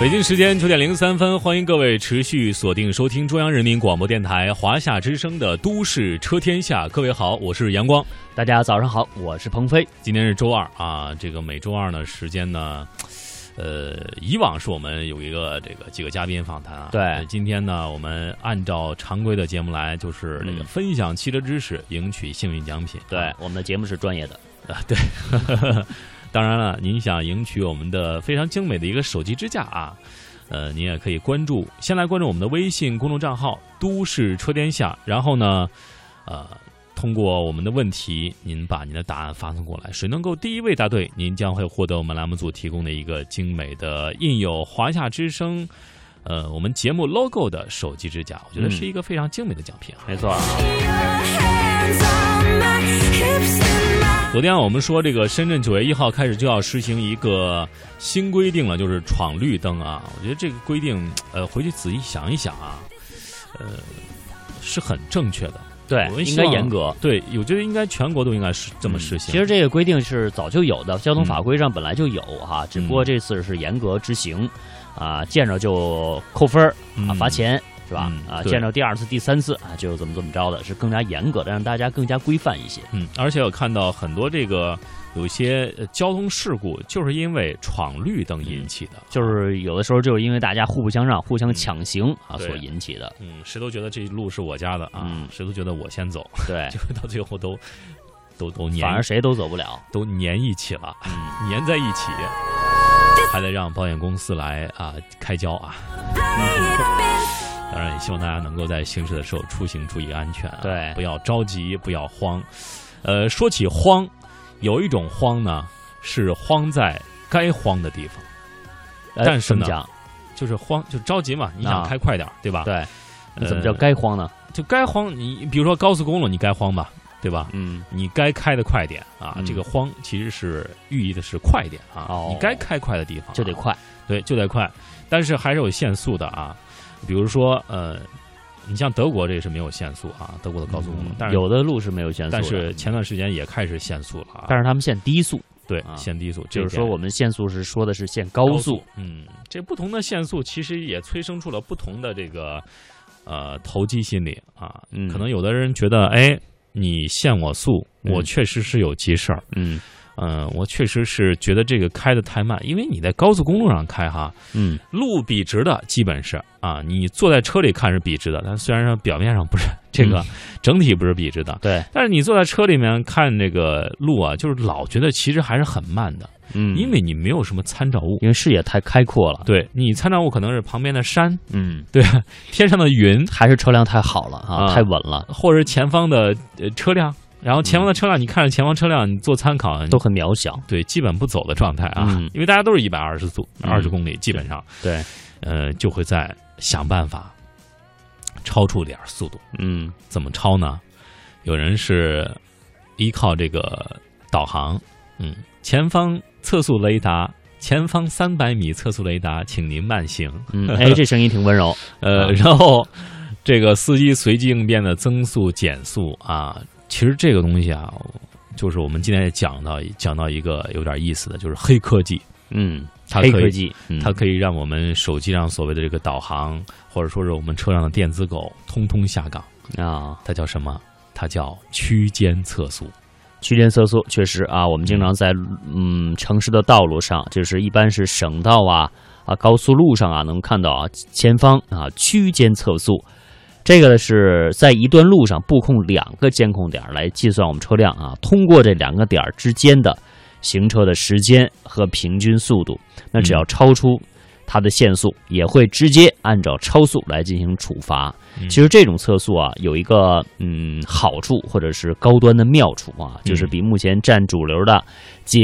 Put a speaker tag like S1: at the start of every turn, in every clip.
S1: 北京时间九点零三分，欢迎各位持续锁定收听中央人民广播电台华夏之声的《都市车天下》。各位好，我是阳光。
S2: 大家早上好，我是鹏飞。
S1: 今天是周二啊，这个每周二呢时间呢，呃，以往是我们有一个这个几个嘉宾访谈啊，
S2: 对
S1: 呃今天呢，我们按照常规的节目来，就是这个
S2: 嗯
S1: 分享汽车知识，赢取幸运奖品。啊
S2: 对，我们的节目是专业的，
S1: 当然了，您想赢取我们的非常精美的一个手机支架啊，呃，您也可以关注，先来关注我们的微信公众账号“都市车天下”，然后呢，呃，通过我们的问题，您把您的答案发送过来，谁能够第一位答对，您将会获得我们栏目组提供的一个精美的印有华夏之声。呃，我们节目 logo 的手机支架，我觉得
S2: 嗯
S1: 是一个非常精美的奖品啊。
S2: 没错。
S1: 昨天啊我们说，这个深圳九月一号开始就要实行一个新规定了，就是闯绿灯啊。我觉得这个规定，呃，回去仔细想一想啊，呃，是很正确的。
S2: 对
S1: 我，们
S2: 应
S1: 希
S2: 该
S1: 望
S2: 严格。
S1: 对，我觉得应该全国都应该是这么实行。
S2: 嗯其实这个规定是早就有的，交通
S1: 嗯
S2: 法规上本来就有哈，只不过这次是严格执行，啊，见着就扣分儿
S1: 嗯
S2: 啊，罚，钱是吧
S1: 嗯？
S2: 啊，
S1: 对
S2: 见着第二次、第三次啊，就怎么怎么着的，是更加严格的，让大家更加规范一些。
S1: 嗯，而且我看到很多这个有一些呃交通事故，就是因为闯绿灯引起的。
S2: 就是有的时候就是因为大家互不相让、互相抢行啊
S1: 对
S2: 所引起 的。
S1: 嗯，谁都觉得这路是我家的啊，
S2: 嗯
S1: 谁都觉得我先走，
S2: 对，
S1: 结果到最后都都都
S2: 反
S1: 粘
S2: 而谁都走不了。
S1: 都粘一起了。
S2: 嗯。
S1: 粘在一起，还得让保险公司来啊开胶啊。当然，也希望大家能够在行驶的时候出行注意安全、啊，
S2: 对
S1: 不要着急，不要慌。呃，说起慌，有一种慌呢，是慌在该慌的地方，
S2: 哎
S1: 但是
S2: 怎么
S1: 呢
S2: 讲？
S1: 就是慌，就着急嘛，你想
S2: 啊
S1: 开快点儿，对吧？
S2: 对，那怎
S1: 呃
S2: 么叫该慌呢？
S1: 就该慌，你比如说高速公路，你该慌吧，对吧？
S2: 嗯，
S1: 你该开的快点啊，
S2: 嗯
S1: 这个慌其实是寓意的是快一点啊，
S2: 哦
S1: 你该开快的地方啊、
S2: 就得快。
S1: 对，就得快，但是还是有限速的啊。比如说，呃，你像德国这是没有限速啊，德国的高速公路，但是
S2: 嗯有的路是没有限速的，
S1: 但是前段时间也开始限速了啊。
S2: 但是他们限低速，
S1: 对，
S2: 啊
S1: 限低速，这
S2: 就是
S1: 一
S2: 说
S1: 点
S2: 我们限速是说的是限高速，，
S1: 嗯，这不同的限速其实也催生出了不同的这个呃投机心理啊。
S2: 嗯
S1: 可能有的人觉得，哎，你限我速，
S2: 嗯
S1: 我确实是有急事儿，
S2: 嗯
S1: 嗯，我确实是觉得这个开的太慢，因为你在高速公路上开哈，
S2: 嗯，
S1: 路笔直的基本是啊，你坐在车里看是笔直的，但虽然说表面上不是这个、
S2: 嗯
S1: 整体不是笔直的，
S2: 对，
S1: 但是你坐在车里面看这个路啊，就是老觉得其实还是很慢的，
S2: 嗯
S1: 因
S2: 因
S1: 为
S2: 为
S1: 你没有什么参照物。
S2: 因为视野太开阔了，
S1: 对你参照物可能是旁边的山，
S2: 嗯，
S1: 对，天上的云，
S2: 还是车辆太好了啊，
S1: 啊
S2: 太稳了，
S1: 或者是前方的呃车辆，然后前方的车辆，你看着前方车辆，你做参考，你
S2: 嗯都很渺小，
S1: 对，基本不走的状态啊，
S2: 嗯
S1: 因为大家都是一百二十速、
S2: 嗯
S1: 二十公里，基本上
S2: 对，
S1: 呃就会在想办法超出点儿速度。
S2: 嗯
S1: 怎么超呢？有人是依靠这个导航，嗯，前方测速雷达，前方三百米测速雷达，请您慢行。
S2: 嗯，哎，这声音挺温柔，
S1: 呃，然后这个司机随机应变的增速、减速啊，其实这个东西啊，就是我们今天也讲到讲到一个有点意思的，就是黑科技，
S2: 嗯，
S1: 它
S2: 黑
S1: 可
S2: 科
S1: 以
S2: 技，嗯
S1: 它可以让我们手机上所谓的这个导航，或者说是我们车上的电子狗，通通下岗。
S2: 啊，
S1: 它叫什么？它叫区间测速。
S2: 区间测速确实啊，我们经常在嗯城市的道路上，啊就是一般是省道啊啊高速路上啊，能看到啊前方啊区间测速。这个呢是在一段路上布控两个监控点儿来计算我们车辆啊通过这两个点儿之间的行车的时间和平均速度。那只要
S1: 嗯
S2: 超出它的限速，也会直接按照超速来进行处罚。
S1: 嗯
S2: 其实这种测速啊，有一个嗯好处或者是高端的妙处啊，就是比目前占主流的仅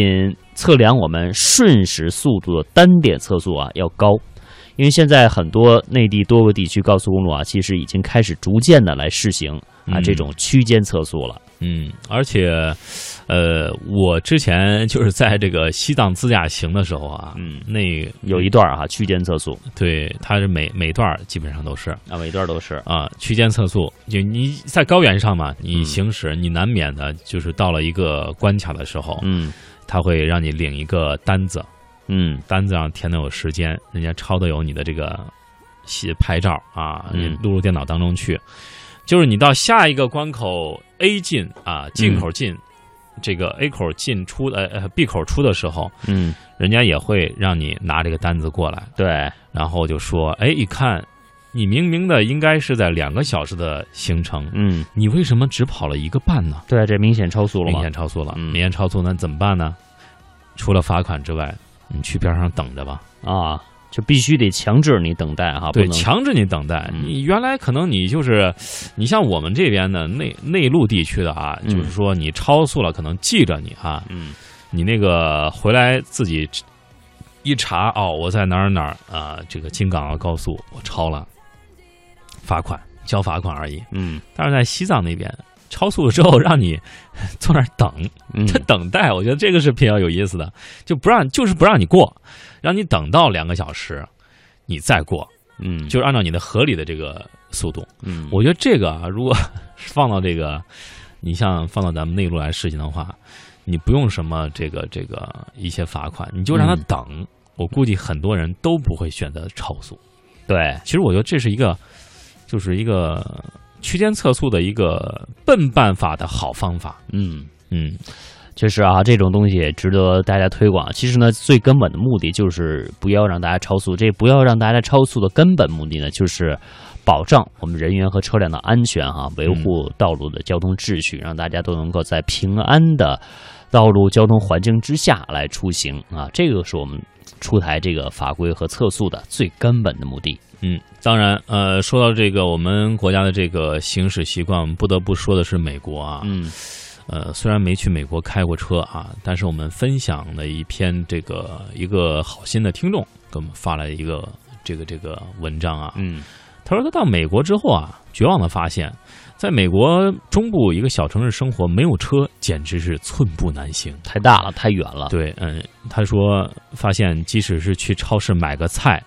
S2: 测量我们瞬时速度的单点测速啊要高。因为现在很多内地多个地区高速公路啊，其实已经开始逐渐的来试行啊
S1: 嗯
S2: 这种区间测速了。
S1: 嗯，而且，呃，我之前 就是在这个西藏自驾行的时候啊，
S2: 嗯，
S1: 那
S2: 有一段儿哈、区间测速
S1: 对，它是每每段儿基本上都是
S2: 啊，每段都是
S1: 啊，区间测速，就你在高原上嘛，你
S2: 嗯
S1: 行驶，你难免的就是到了一个关卡的时候，
S2: 嗯
S1: 它会让你领一个单子，
S2: 嗯
S1: 单子上填的有时间，人家抄的有你的这个写拍照啊，
S2: 嗯
S1: 录入电脑当中去。就是你到下一个关口 A 进啊，进口进，这个 A 口进出呃呃 B 口出的时候，
S2: 嗯，
S1: 人家也会让你拿这个单子过来，
S2: 对，
S1: 然后就说，哎，一看你明明的应该是在两个小时的行程，
S2: 嗯
S1: 你为什么只跑了一个半呢？
S2: 对，这明显超速了
S1: 明
S2: 嘛
S1: 显？超速了，
S2: 嗯
S1: 明显超速，那怎么办呢？除了罚款之外，你去边上等着吧。
S2: 啊，就必须得强制你等待啊哈，不
S1: 对，
S2: 能
S1: 强制你等待。
S2: 嗯
S1: 你原来可能你就是，你像我们这边的内内陆地区的啊，
S2: 嗯
S1: 就是说你超速了，可能记着你啊，
S2: 嗯
S1: 你那个回来自己一查哦，我在哪儿哪儿啊、这个京港澳高速我超了，罚款交罚款而已。
S2: 嗯
S1: 但是在西藏那边。超速之后让你坐那儿等，
S2: 嗯
S1: 这 等待，我觉得这个是比较有意思的，就不让就是不让你过，让你等到两个小时，你再过，
S2: 嗯，
S1: 就是按照你的合理的这个速度。
S2: 嗯
S1: 我觉得这个啊，如果放到这个，你像放到咱们内陆来实行的话，你不用什么这个这个一些罚款，你就让他
S2: 嗯
S1: 等。我估计很多人都不会选择超速。
S2: 对，
S1: 其实我觉得这是一个，就是一个区间测速的一个笨办法的好方法。
S2: 嗯。
S1: 嗯，
S2: 确实啊，这种东西也值得大家推广。其实呢，最根本的目的就是不要让大家超速。这不要让大家超速的根本目的呢，就是保障我们人员和车辆的安全哈、维护道路的交通秩序，让大家都能够在平安的道路交通环境之下来出行啊。这个是我们出台这个法规和测速的最根本的目的。
S1: 嗯，当然，呃，说到这个我们国家的这个行驶习惯，我们不得不说的是美国啊，
S2: 嗯
S1: 呃，虽然没去美国开过车啊，但是我们分享了一篇这个一个好心的听众给我们发了一个这个这个文章啊，
S2: 嗯
S1: 他说他到美国之后啊，绝望的发现，在美国中部一个小城市生活没有车简直是寸步难行。
S2: 太大了，太远了。
S1: 对，嗯，他说发现即使是去超市买个菜，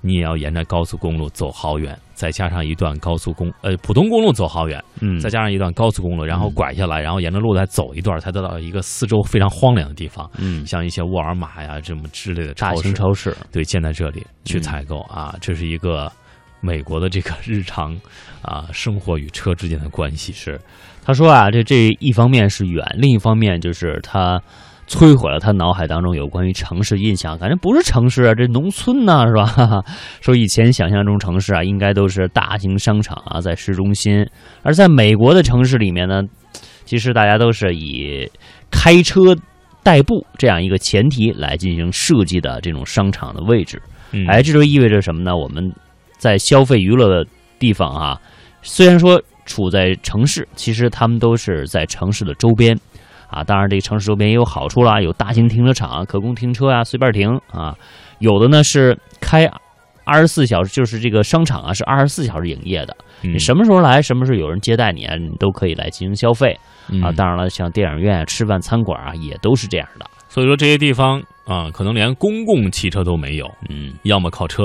S1: 你也要沿着高速公路走好远，再加上一段高速公呃普通公路走好远。
S2: 嗯，
S1: 再加上一段高速公路，然后拐下来，然后沿着路再走一段，才得到一个四周非常荒凉的地方，
S2: 嗯，
S1: 像一些沃尔玛呀这么之类的
S2: 大
S1: 超市
S2: 型，超嗯市，
S1: 对，建在这里去采购啊，这是一个美国的这个日常啊生活与车之间的关系是，
S2: 他说啊，这这一方面是远，另一方面就是他摧毁了他脑海当中有关于城市印象，感觉不是城市啊，这农村呐、是吧 哈哈？说以前想象中城市啊，应该都是大型商场啊，在市中心，而在美国的城市里面呢，其实大家都是以开车代步这样一个前提来进行设计的这种商场的位置。
S1: 嗯
S2: 哎，，这就意味着什么呢？我们在消费娱乐的地方啊，虽然说处在城市，其实他们都是在城市的周边啊。当然，这个城市周边也有好处啦，有大型停车场可供停车啊，随便停啊。有的呢是开二十四小时，就是这个商场啊是二十四小时营业的，你
S1: 你
S2: 什么时候来，什么时候有人接待你啊，你都可以来进行消费啊。
S1: 嗯
S2: 当然了，像电影院、吃饭、餐馆啊，也都是这样的。
S1: 所以说这些地方啊，可能连公共汽车都没有，
S2: 嗯，
S1: 要么靠车，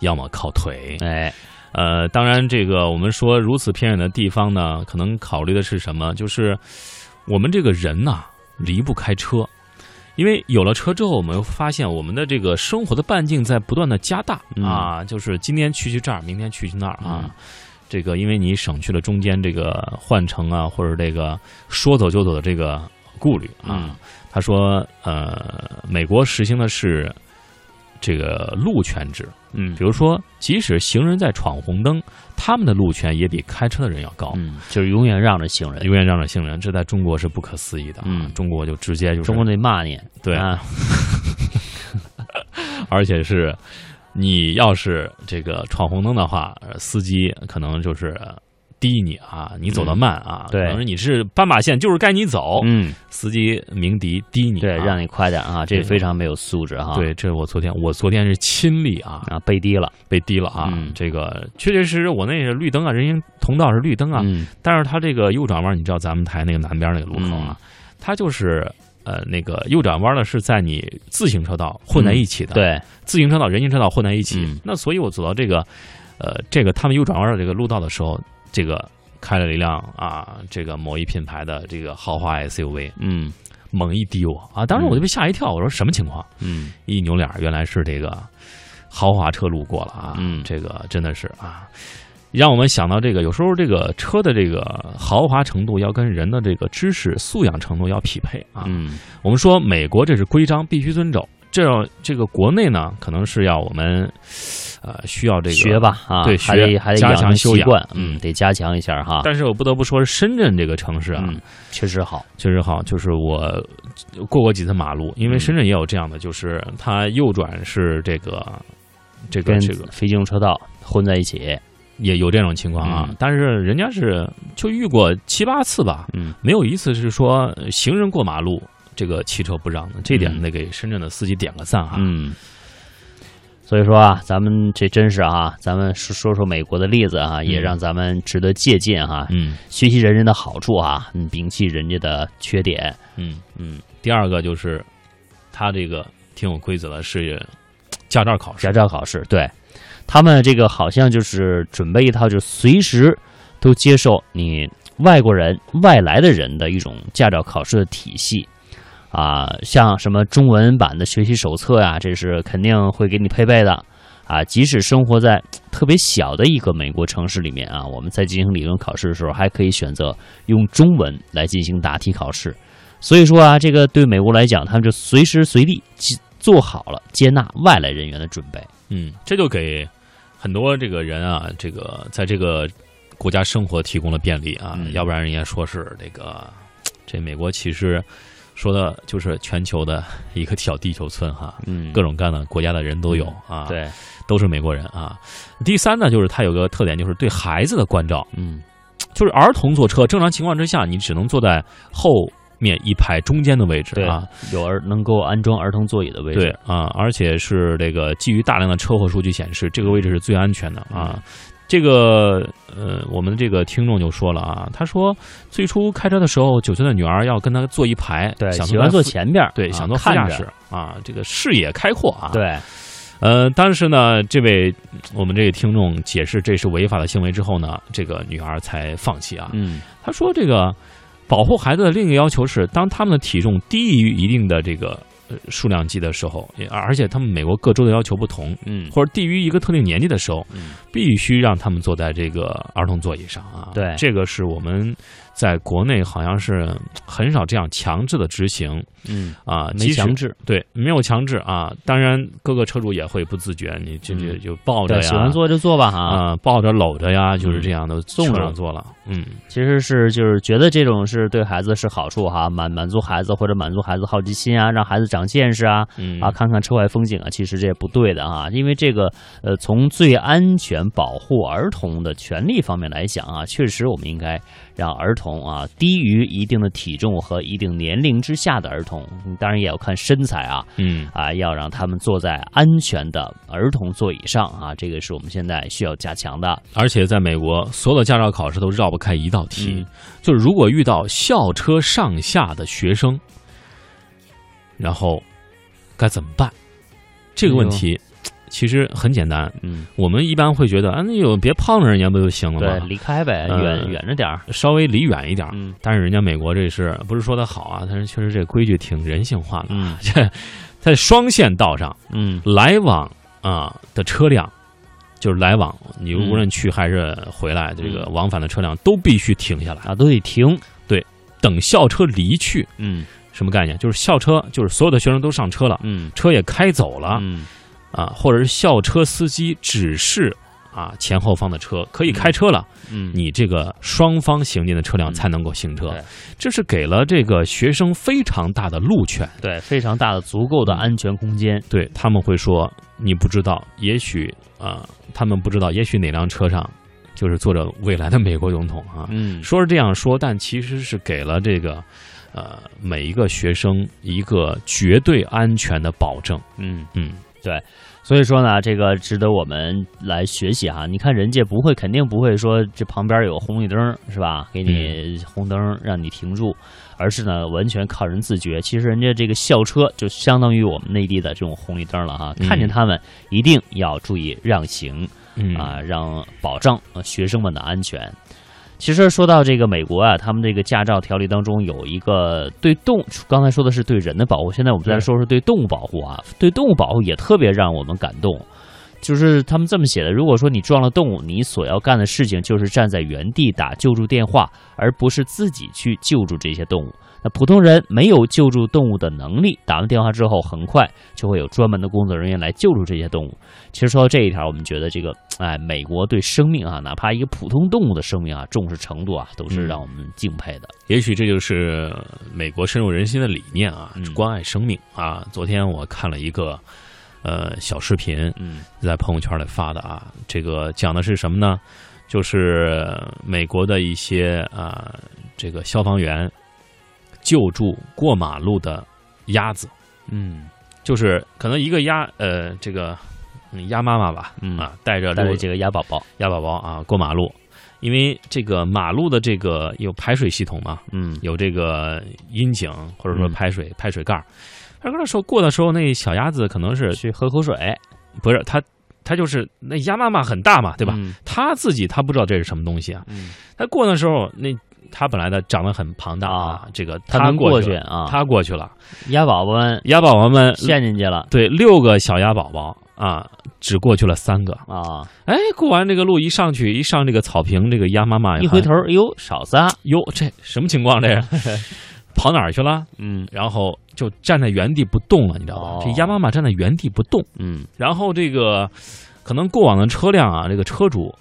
S1: 要么靠腿。
S2: 哎，
S1: 呃，当然，这个我们说如此偏远的地方呢，可能考虑的是什么？就是我们这个人呐、离不开车，因为有了车之后，我们发现我们的这个生活的半径在不断的加大、
S2: 嗯
S1: 啊，就是今天去去这儿，明天去去那儿啊。
S2: 嗯
S1: 这个，因为你省去了中间这个换乘啊，或者这个说走就走的这个顾虑啊。
S2: 嗯
S1: 他说，呃，美国实行的是这个路权制，
S2: 嗯
S1: 比如说，即使行人在闯红灯，他们的路权也比开车的人要高，
S2: 嗯，就是永远让着行人。
S1: 永远让着行人。这在中国是不可思议的啊！
S2: 嗯
S1: 中国就直接就是
S2: 中国得骂你，
S1: 对，
S2: 啊，
S1: 而且是你要是这个闯红灯的话，呃司机可能就是滴你啊，你走得慢啊，
S2: 嗯对
S1: 可能你是斑马线就是该你走，
S2: 嗯，
S1: 司机鸣笛滴你啊、
S2: 对，让你啊快点啊，这
S1: 对
S2: 非常没有素质哈，
S1: 对，这我昨天我昨天是亲历啊，
S2: 啊，被低了
S1: 被滴了啊，
S2: 嗯
S1: 这个确确实实我那是绿灯啊，人行同道是绿灯啊，
S2: 嗯
S1: 但是它这个右转弯，你知道咱们台那个南边那个路口啊，
S2: 嗯
S1: 它就是呃那个右转弯呢是在你自行车道混在一起的，，
S2: 对，
S1: 自行车道、人行车道混在一起。
S2: 嗯
S1: 那所以我走到这个呃这个他们右转弯的这个路道的时候，这个开了一辆啊这个某一品牌的这个豪华 SUV，
S2: 嗯
S1: 猛一滴我啊，当时我就被吓一跳，我说什么情况？
S2: 嗯
S1: 一扭脸儿，原来是这个豪华车路过了啊！
S2: 嗯
S1: 这个真的是啊，让我们想到这个，有时候这个车的这个豪华程度要跟人的这个知识素养程度要匹配啊。
S2: 嗯
S1: 我们说美国这是规章，必须遵守。这要这个国内呢，可能是要我们呃需要这个
S2: 学。吧啊，
S1: 对
S2: 还得
S1: 学
S2: 还得
S1: 加
S2: 养
S1: 强
S2: 成
S1: 修
S2: 习
S1: 养
S2: 惯，
S1: 嗯
S2: 嗯，得加强一下哈。
S1: 但是我不得不说，深圳这个城市啊，
S2: 嗯，确实好，
S1: 确实好，就是我过过几次马路，因为
S2: 嗯
S1: 深圳也有这样的，就是它右转是这个这个
S2: 跟
S1: 这个
S2: 非机动车道混在一起，
S1: 也有这种情况啊，
S2: 嗯
S1: 但是人家是就遇过七八次吧，
S2: 嗯
S1: 没有一次是说呃行人过马路这个汽车不让的，这点
S2: 嗯
S1: 得给深圳的司机点个赞啊。
S2: 嗯。所以说啊，咱们这真是啊，咱们说说说美国的例子啊，也
S1: 嗯
S2: 让咱们值得借鉴哈、
S1: 嗯
S2: 学习人家的好处啊，嗯，摒弃人家的缺点，
S1: 嗯，
S2: 嗯，
S1: 第二个就是他这个挺有规则的，是驾照考试
S2: 驾。照考试，对他们这个好像就是准备一套，就随时都接受你外国人、外来的人的一种驾照考试的体系啊，像什么中文版的学习手册呀、这是肯定会给你配备的啊。即使生活在特别小的一个美国城市里面啊，我们在进行理论考试的时候，还可以选择用中文来进行答题考试。所以说啊，这个对美国来讲，他们就随时随地接做好了接纳外来人员的准备。
S1: 嗯，这就给很多这个人啊，这个在这个国家生活提供了便利啊，
S2: 嗯
S1: 要不然人家说是这个这美国其实说的就是全球的一个小地球村哈、
S2: 嗯
S1: 各种各样的国家的人都有啊，，
S2: 对，
S1: 都是美国人啊。第三呢，就是它有个特点，就是对孩子的关照，
S2: 嗯
S1: 就是儿童坐车，正常情况之下，你只能坐在后面一排中间的位置
S2: 对
S1: 啊，，
S2: 有儿能够安装儿童座椅的位置。
S1: 对啊，而且是这个基于大量的车祸数据显示，这个位置是最安全的
S2: 嗯
S1: 啊。这个呃，我们这个听众就说了啊，他说最初开车的时候，九岁的女儿要跟他坐一排，
S2: 对，
S1: 想
S2: 喜欢
S1: 坐
S2: 坐
S1: 在副，
S2: 前边儿，
S1: 对，
S2: 啊
S1: 想坐副
S2: 看
S1: 驾
S2: 着
S1: 驶啊，这个视野开阔啊，
S2: 对，
S1: 呃，但是呢，这位我们这个听众解释这是违法的行为之后呢，这个女孩才放弃啊。
S2: 嗯
S1: 她说，这个保护孩子的另一个要求是，当他们的体重低于一定的这个呃数量级的时候，也而且他们美国各州的要求不同，
S2: 嗯，
S1: 或者低于一个特定年纪的时候
S2: 嗯，
S1: 必须让他们坐在这个儿童座椅上啊。
S2: 对
S1: 这个是我们在国内好像是很少这样强制的执行
S2: 嗯，
S1: 啊，
S2: 没
S1: 即使
S2: 强制，
S1: 对，没有强制啊。当然，各个车主也会不自觉，你这这
S2: 嗯
S1: 就抱着
S2: 对，
S1: 呀，
S2: 喜欢嗯坐就坐吧哈。
S1: 啊、抱着搂着呀，就是这样的，
S2: 纵
S1: 车
S2: 着
S1: 上坐了。嗯，
S2: 其实是就是觉得这种是对孩子是好处哈，满满足孩子或者满足孩子好奇心啊，让孩子长见识啊，
S1: 嗯
S2: 啊，看看车外风景啊，其实这也不对的啊，因为这个呃，从最安全保护儿童的权利方面来讲啊，确实我们应该让儿童啊低于一定的体重和一定年龄之下的儿童，嗯当然也要看身材啊
S1: 嗯
S2: 啊，要让他们坐在安全的儿童座椅上啊，这个是我们现在需要加强的。
S1: 而且在美国，所有的驾照考试都绕不开一道题，
S2: 嗯
S1: 就是如果遇到校车上下的学生，然后该怎么办？这个
S2: 哎
S1: 问题其实很简单，
S2: 嗯，
S1: 我们一般会觉得，啊，那有别碰着人家不就行
S2: 对
S1: 了，吗？
S2: 离开呗，
S1: 嗯
S2: 远远着点儿。
S1: 稍微离远一点儿，
S2: 嗯
S1: 但是人家美国这是不是说的好啊？但是确实这规矩挺人性化的，
S2: 嗯
S1: 这在双线道上
S2: 嗯
S1: 来往啊、的车辆，就是来往，你
S2: 嗯
S1: 无论去还是回来，这个往返的车辆都必须停下来，
S2: 啊，都得停。
S1: 等校车离去。
S2: 嗯
S1: 什么概念？就是校车，就是所有的学生都上车了，
S2: 嗯
S1: 车也开走了
S2: 嗯
S1: 啊，或者是校车司机指示啊前后方的车可以开车了，
S2: 嗯，
S1: 啊你这个双方行进的车辆
S2: 嗯
S1: 才能够行车
S2: 对，
S1: 这是给了这个学生非常大的路权。
S2: 对非常大的足够的安全空间。
S1: 对他们会说你不知道，也许啊、他们不知道，也许哪辆车上就是坐着未来的美国总统啊。
S2: 嗯
S1: 说是这样说，但其实是给了这个呃每一个学生一个绝对安全的保证。
S2: 嗯。
S1: 嗯
S2: 所以说呢，这个值得我们来学习哈。你看人家不会，肯定不会说这旁边有红绿灯是吧？给你红灯让你停住，而是呢完全靠人自觉。其实人家这个校车就相当于我们内地的这种红绿灯了哈，
S1: 嗯
S2: 看见他们一定要注意让行
S1: 嗯
S2: 啊啊，让保障呃学生们的安全。其实说到这个美国啊，他们这个驾照条例当中有一个对动，刚才说的是对人的保护，现在我们再来说说对动物保护啊，对动物保护也特别让我们感动。就是他们这么写的：如果说你撞了动物，你所要干的事情就是站在原地打救助电话，而不是自己去救助这些动物。那普通人没有救助动物的能力，打完电话之后，很快就会有专门的工作人员来救助这些动物。其实说到这一条，我们觉得这个，哎，美国对生命啊，哪怕一个普通动物的生命啊，重视程度啊，都是让我们敬佩的。
S1: 也许这就是美国深入人心的理念啊，
S2: 嗯
S1: 是关爱生命啊。昨天我看了一个呃小视频，
S2: 嗯
S1: 在朋友圈里发的啊，这个讲的是什么呢？就是美国的一些啊、这个消防员救助过马路的鸭子，
S2: 嗯
S1: 就是可能一个鸭呃这个嗯鸭妈妈吧
S2: 嗯
S1: 啊，带着
S2: 带
S1: 六
S2: 着这个鸭宝宝，
S1: 鸭宝宝啊过马路，因为这个马路的这个有排水系统嘛，
S2: 嗯
S1: 有这个阴井或者说
S2: 嗯
S1: 排水、排水盖儿。排水盖儿的时候过的时候，那小鸭子可能是
S2: 去喝口水，
S1: 不是它，它就是那鸭妈妈很大嘛，对吧？
S2: 嗯
S1: 它自己它不知道这是什么东西啊。
S2: 嗯，
S1: 它过的时候，那它本来的长得很庞大
S2: 啊，
S1: 这个
S2: 它能
S1: 过
S2: 过去
S1: 了
S2: 啊，
S1: 它过去了，
S2: 鸭宝宝们
S1: 鸭宝宝们
S2: 陷进去了
S1: 对六个小鸭宝宝啊，只过去了三个。
S2: 啊！
S1: 哎，过完这个路一上去，一上这个草坪，这个鸭妈妈
S2: 一回头，哎呦，少仨，
S1: 哟，这什么情况？这是 跑哪儿去了？
S2: 嗯
S1: 然后就站在原地不动了，你知道吧？
S2: 哦
S1: 这鸭妈妈站在原地不动，
S2: 嗯
S1: 然后这个可能过往的车辆啊，这个车主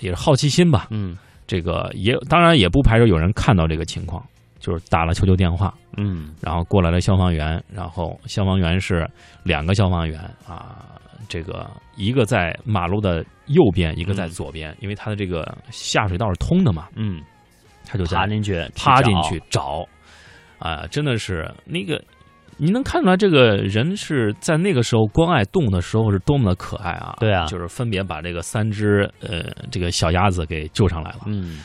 S1: 也是好奇心吧，
S2: 嗯
S1: 这个也当然也不排除有人看到这个情况，就是打了求救电话，
S2: 嗯
S1: 然后过来了消防员，然后消防员是两个消防员啊，这个一个在马路的右边，一个在
S2: 嗯
S1: 左边，因为它的这个下水道是通的嘛，
S2: 嗯，
S1: 他就在
S2: 爬进去，
S1: 趴
S2: 去
S1: 进
S2: 找
S1: 去，找，啊，真的是那个，你能看出来这个人是在那个时候关爱动物的时候是多么的可爱啊！
S2: 对啊
S1: 就是分别把这个三只呃这个小鸭子给救上来了，
S2: 嗯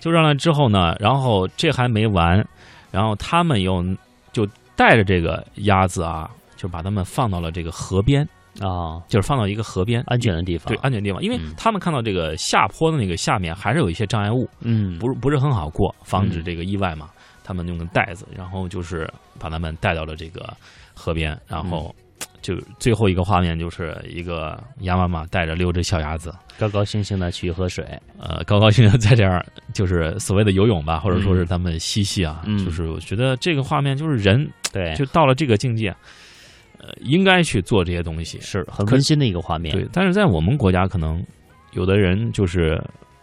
S1: 救上来之后呢，然后这还没完，然后他们又就带着这个鸭子啊，就把它们放到了这个河边，
S2: 啊，
S1: 就是放到一个河边。
S2: 安全的地方，
S1: 对，安全地方，因为
S2: 嗯
S1: 他们看到这个下坡的那个下面还是有一些障碍物，
S2: 嗯，
S1: 不是不是很好过，防止这个意外嘛。他们用个袋子，然后就是把他们带到了这个河边，然
S2: 嗯
S1: 后就最后一个画面就是一个鸭妈妈带着六只小鸭子，
S2: 高高兴兴的去喝水，
S1: 呃，高高兴兴地在这儿就是所谓的游泳吧，或者说是他们嬉戏啊，
S2: 嗯
S1: 就是我觉得这个画面就是人
S2: 对，
S1: 就到了这个境界，呃，应该去做这些东西，
S2: 是很
S1: 可
S2: 温馨的一个画面，
S1: 对，但是在我们国家可能有的人就是。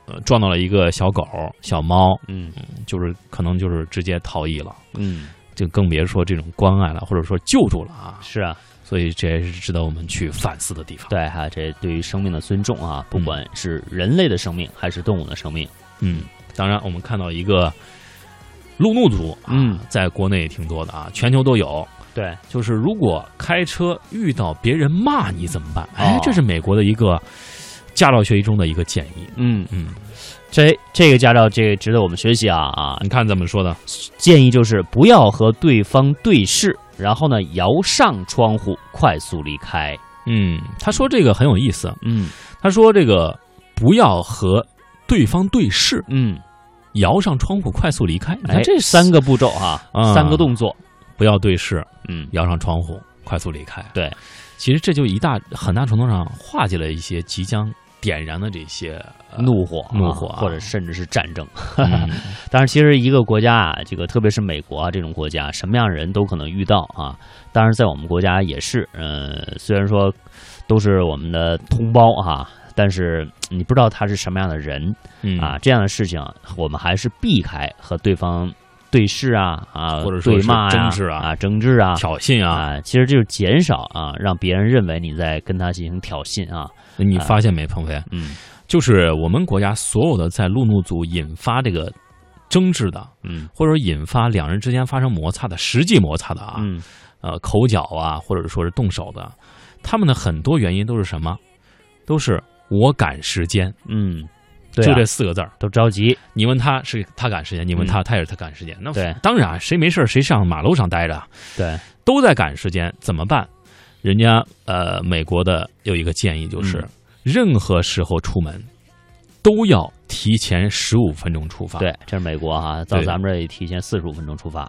S1: 呃，撞到了一个小狗、小猫，
S2: 嗯
S1: 就是可能就是直接逃逸了。
S2: 嗯，
S1: 就更别说这种关爱了，或者说救助了啊。
S2: 是啊，
S1: 所以这也是值得我们去反思的地方。
S2: 对哈，这对于生命的尊重啊，不管是人类的生命还是动物的生命，
S1: 嗯，当然我们看到一个路怒族、啊，
S2: 嗯，
S1: 在国内也挺多的啊，全球都有。
S2: 对，
S1: 就是如果开车遇到别人骂你怎么办？哎
S2: 哦，
S1: 这是美国的一个驾照学习中的一个建议。
S2: 嗯，
S1: 嗯，
S2: 这这个驾照这个值得我们学习啊啊，
S1: 你看怎么说的？
S2: 建议就是不要和对方对视，然后呢，摇上窗户，快速离开，
S1: 嗯，他说这个很有意思。
S2: 嗯
S1: 他说这个不要和对方对视，
S2: 嗯，
S1: 摇上窗户快速离开。你看
S2: 哎，
S1: 这
S2: 三个步骤啊，
S1: 啊
S2: 三个动作，
S1: 不要对视，
S2: 嗯，
S1: 摇上窗户，快速离开。
S2: 对，
S1: 其实这就一大很大程度上化解了一些即将点燃的这些、呃、
S2: 怒火啊、
S1: 怒火啊
S2: 或者甚至是战争。
S1: 嗯
S2: 当然，其实一个国家啊，这个特别是美国啊这种国家，什么样的人都可能遇到啊。当然，在我们国家也是，呃，虽然说都是我们的同胞啊，但是你不知道他是什么样的人
S1: 嗯
S2: 啊，这样的事情我们还是避开和对方对视啊啊，
S1: 或者说
S2: 对
S1: 是
S2: 骂呀
S1: 争执啊
S2: 啊争执啊
S1: 挑衅啊！
S2: 啊，其实就是减少啊，让别人认为你在跟他进行挑衅啊，
S1: 你发现没，鹏飞？
S2: 嗯
S1: 就是我们国家所有的在路怒族引发这个争执的，
S2: 嗯
S1: 或者说引发两人之间发生摩擦的实际摩擦的啊，
S2: 嗯
S1: 呃，口角啊，或者说是动手的，他们的很多原因都是什么？都是我赶时间，
S2: 嗯，对
S1: 就
S2: 啊
S1: 这四个字儿。
S2: 都 着急，
S1: 你问他是他赶时间，你问
S2: 嗯
S1: 他、他也是他赶时间。那
S2: 对
S1: 当然，谁没事儿谁上马路上待着，
S2: 对，
S1: 都在赶时间，怎么办？人家呃，美国的有一个建议就是，
S2: 嗯
S1: 任何时候出门都要提前十五分钟出发。
S2: 对，这是美国哈、到
S1: 对
S2: 咱们这里提前四十五分钟出发。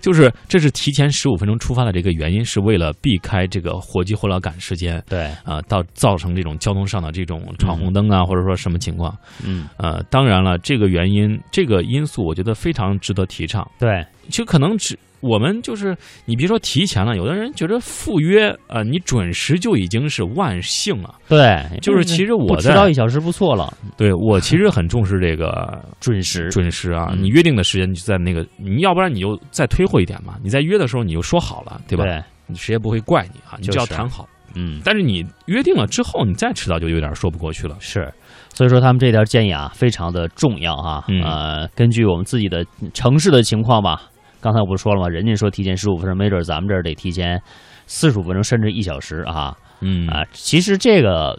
S1: 就是这是提前十五分钟出发的这个原因，是为了避开这个火急火燎赶时间
S2: 对，
S1: 啊、到造成这种交通上的这种闯红灯啊，或者说什么情况。
S2: 嗯，
S1: 呃，当然了，这个原因这个因素，我觉得非常值得提倡。
S2: 对，
S1: 其实可能只我们就是你别说提前了，有的人觉得赴约啊、呃你准时就已经是万幸了。
S2: 对，
S1: 就是其实我
S2: 不迟
S1: 在
S2: 到一小时不错了，
S1: 对我其实很重视这个
S2: 准时。
S1: 准时啊，
S2: 嗯
S1: 你约定的时间你就在那个，你要不然你就再推后一点嘛，你在约的时候你就说好了，对吧？
S2: 对，
S1: 你谁也不会怪你啊，你
S2: 就
S1: 只要
S2: 是
S1: 谈好。
S2: 嗯，
S1: 但是你约定了之后，你再迟到就有点说不过去了。
S2: 是。所以说，他们这条建议啊，非常的重要啊。
S1: 嗯
S2: 呃，根据我们自己的城市的情况吧，刚才我不是说了吗？人家说提前十五分钟，没准咱们这儿得提前四十五分钟，甚至一小时啊。
S1: 嗯
S2: 啊，其实这个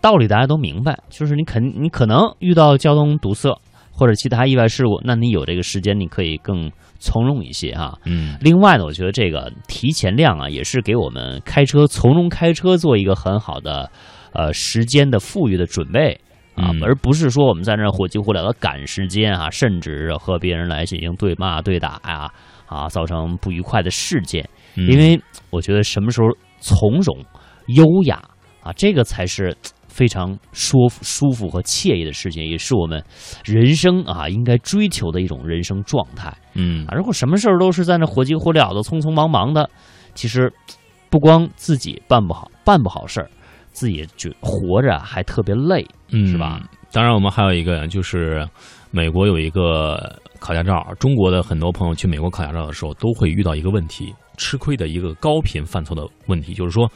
S2: 道理大家都明白，就是你肯你可能遇到交通堵塞或者其他意外事故，那你有这个时间，你可以更从容一些啊。
S1: 嗯，
S2: 另外呢，我觉得这个提前量啊，也是给我们开车从容开车做一个很好的呃时间的富裕的准备。啊
S1: 嗯，
S2: 而不是说我们在那儿火急火燎的赶时间啊，甚至和别人来进行对骂、对打呀、啊，造成不愉快的事件。
S1: 嗯
S2: 因为我觉得什么时候从容、优雅啊，这个才是嘖非常舒服、舒服和惬意的事情，也是我们人生啊应该追求的一种人生状态
S1: 嗯
S2: 啊。如果什么事儿都是在那火急火燎的、匆匆忙忙的，其实嘖不光自己办不好、办不好事儿，自己觉活着还特别累。
S1: 嗯
S2: 是吧？
S1: 当然，我们还有一个就是，美国有一个考驾照，中国的很多朋友去美国考驾照的时候，都会遇到一个问题，吃亏的一个高频犯错的问题，就是说，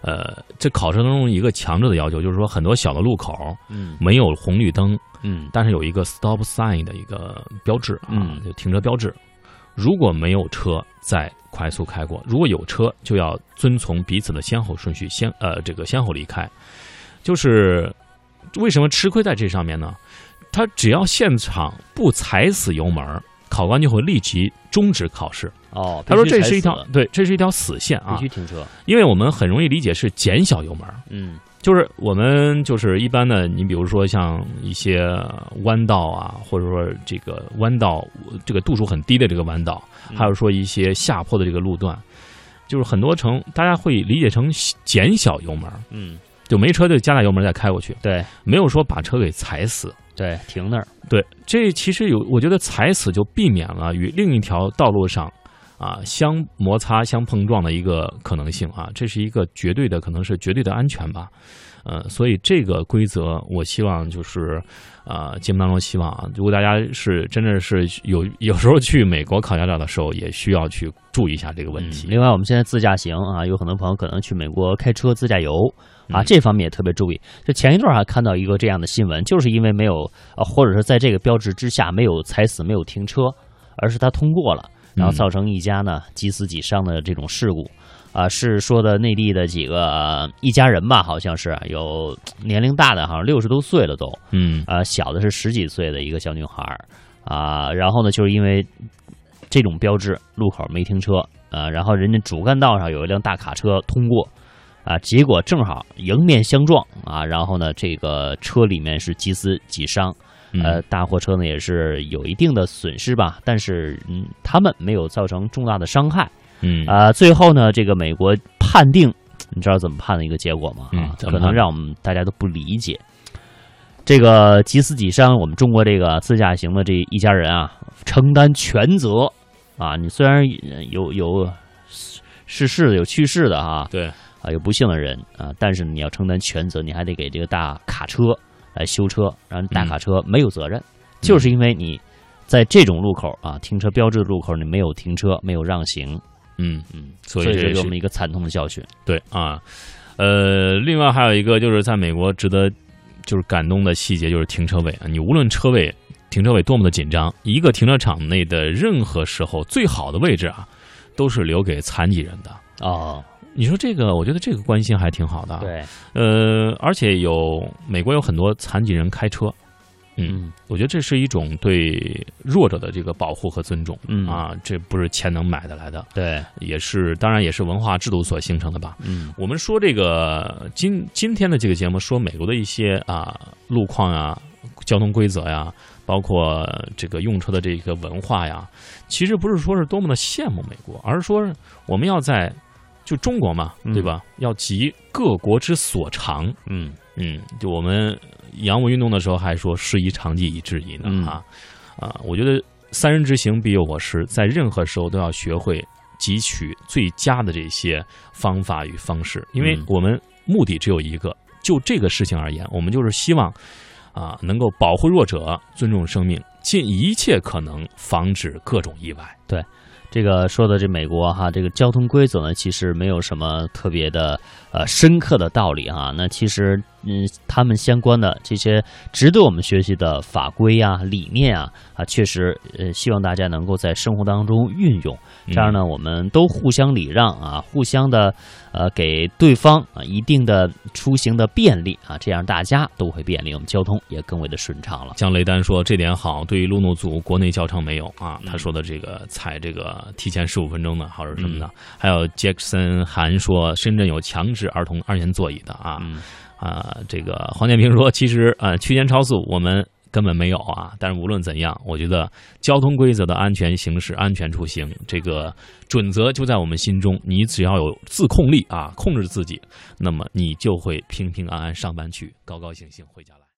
S1: 呃，这考试当中一个强制的要求，就是说很多小的路口
S2: 嗯
S1: 没有红绿灯，
S2: 嗯
S1: 但是有一个 stop sign 的一个标志啊，
S2: 嗯
S1: 就停车标志。如果没有车在快速开过，如果有车就要遵从彼此的先后顺序，先呃这个先后离开。就是为什么吃亏在这上面呢？他只要现场不踩死油门儿，考官就会立即终止考试。
S2: 哦，
S1: 他说
S2: 必须
S1: 这是一
S2: 踩
S1: 条
S2: 死
S1: 对，这是一条死线
S2: 必
S1: 啊
S2: 须，停车。
S1: 因为我们很容易理解是减小油门儿，
S2: 嗯
S1: 就是我们就是一般的，你比如说像一些弯道啊，或者说这个弯道这个度数很低的这个弯道，
S2: 嗯
S1: 还有说一些下坡的这个路段，就是很多成大家会理解成减小油门，
S2: 嗯，
S1: 就没车就加大油门再开过去，
S2: 对
S1: 没有说把车给踩死。
S2: 对，停那儿。
S1: 对，这其实有，我觉得踩死就避免了与另一条道路上啊相摩擦、相碰撞的一个可能性啊，这是一个绝对的，可能是绝对的安全吧。呃，所以这个规则，我希望就是，呃，节目当中希望啊，如果大家是真的是有有时候去美国考驾照的时候，也需要去注意一下这个问
S2: 嗯
S1: 题。
S2: 另外，我们现在自驾行啊，有很多朋友可能去美国开车自驾游啊，
S1: 嗯
S2: 这方面也特别注意。就前一段还看到一个这样的新闻，就是因为没有啊，或者是在这个标志之下没有踩死、没有停车，而是他通过了，然后造成一家呢几死几伤的这种事故。啊，是说的内地的几个、呃一家人吧，好像是有年龄大的，好像六十多岁了都，
S1: 嗯
S2: 呃，小的是十几岁的一个小女孩儿啊、然后呢，就是因为这种标志路口没停车啊、然后人家主干道上有一辆大卡车通过啊、结果正好迎面相撞啊，然后呢，这个车里面是几死几伤，
S1: 嗯
S2: 呃，大货车呢也是有一定的损失吧，但是嗯，他们没有造成重大的伤害
S1: 嗯
S2: 啊、最后呢，这个美国判定，你知道怎么判的一个结果吗？
S1: 嗯
S2: 啊，
S1: 怎么
S2: 可
S1: 判
S2: 能让我们大家都不理解。这个几死几伤，我们中国这个自驾行的这一家人啊，承担全责啊！你虽然呃有有逝世的、有去世的啊，
S1: 对，
S2: 啊有不幸的人啊，但是你要承担全责，你还得给这个大卡车来修车，然后大卡
S1: 嗯
S2: 车没有责任，就是因为你在这种路口啊，停车标志的路口你没有停车，没有让行，
S1: 嗯
S2: 嗯，
S1: 所以
S2: 所以
S1: 这
S2: 这
S1: 是
S2: 给我们一个惨痛的教训。
S1: 对啊，呃，另外还有一个就是在美国值得就是感动的细节就是停车位啊，你无论车位停车位多么的紧张，一个停车场内的任何时候最好的位置啊，都是留给残疾人的。
S2: 哦，
S1: 你说这个，我觉得这个关心还挺好的。，
S2: 啊
S1: 啊
S2: 对，
S1: 呃，而且有美国有很多残疾人开车，嗯，我觉得这是一种对弱者的这个保护和尊重、
S2: 嗯
S1: 啊，这不是钱能买得来的，
S2: 对，
S1: 也是当然也是文化制度所形成的吧。
S2: 嗯
S1: 我们说这个今今天的这个节目，说美国的一些啊路况啊、交通规则呀、包括这个用车的这个文化呀，其实不是说是多么的羡慕美国，而是说我们要在就中国嘛，
S2: 嗯
S1: 对吧？要集各国之所长。
S2: 嗯
S1: 嗯，就我们洋务运动的时候还说“师夷长技以制夷”呢
S2: 嗯
S1: 啊啊！我觉得三人之行必有我师，在任何时候都要学会汲取最佳的这些方法与方式，因为
S2: 嗯
S1: 我们目的只有一个。就这个事情而言，我们就是希望啊，能够保护弱者，尊重生命，尽一切可能防止各种意外。
S2: 这个说的这美国哈，这个交通规则呢，其实没有什么特别的呃深刻的道理哈。那其实嗯，他们相关的这些值得我们学习的法规啊、理念啊啊，确实呃，希望大家能够在生活当中运用。这样
S1: 呢，
S2: 呢，我们都互相礼让啊，互相的呃给对方啊一定的出行的便利啊，这样大家都会便利，我们交通也更为的顺畅了。
S1: 像雷丹说这点好，对于路怒族国内教程没有啊，
S2: 嗯
S1: 他说的这个踩这个提前十五分钟的，或者什么的。
S2: 嗯
S1: 还有杰克森韩说深圳有强制儿童安全座椅的啊
S2: 嗯
S1: 啊、这个黄建平说其实呃区间超速我们根本没有啊，但是无论怎样，我觉得交通规则的安全行驶、安全出行这个准则就在我们心中，你只要有自控力啊，控制自己，那么你就会平平安安上班去，高高兴兴回家来。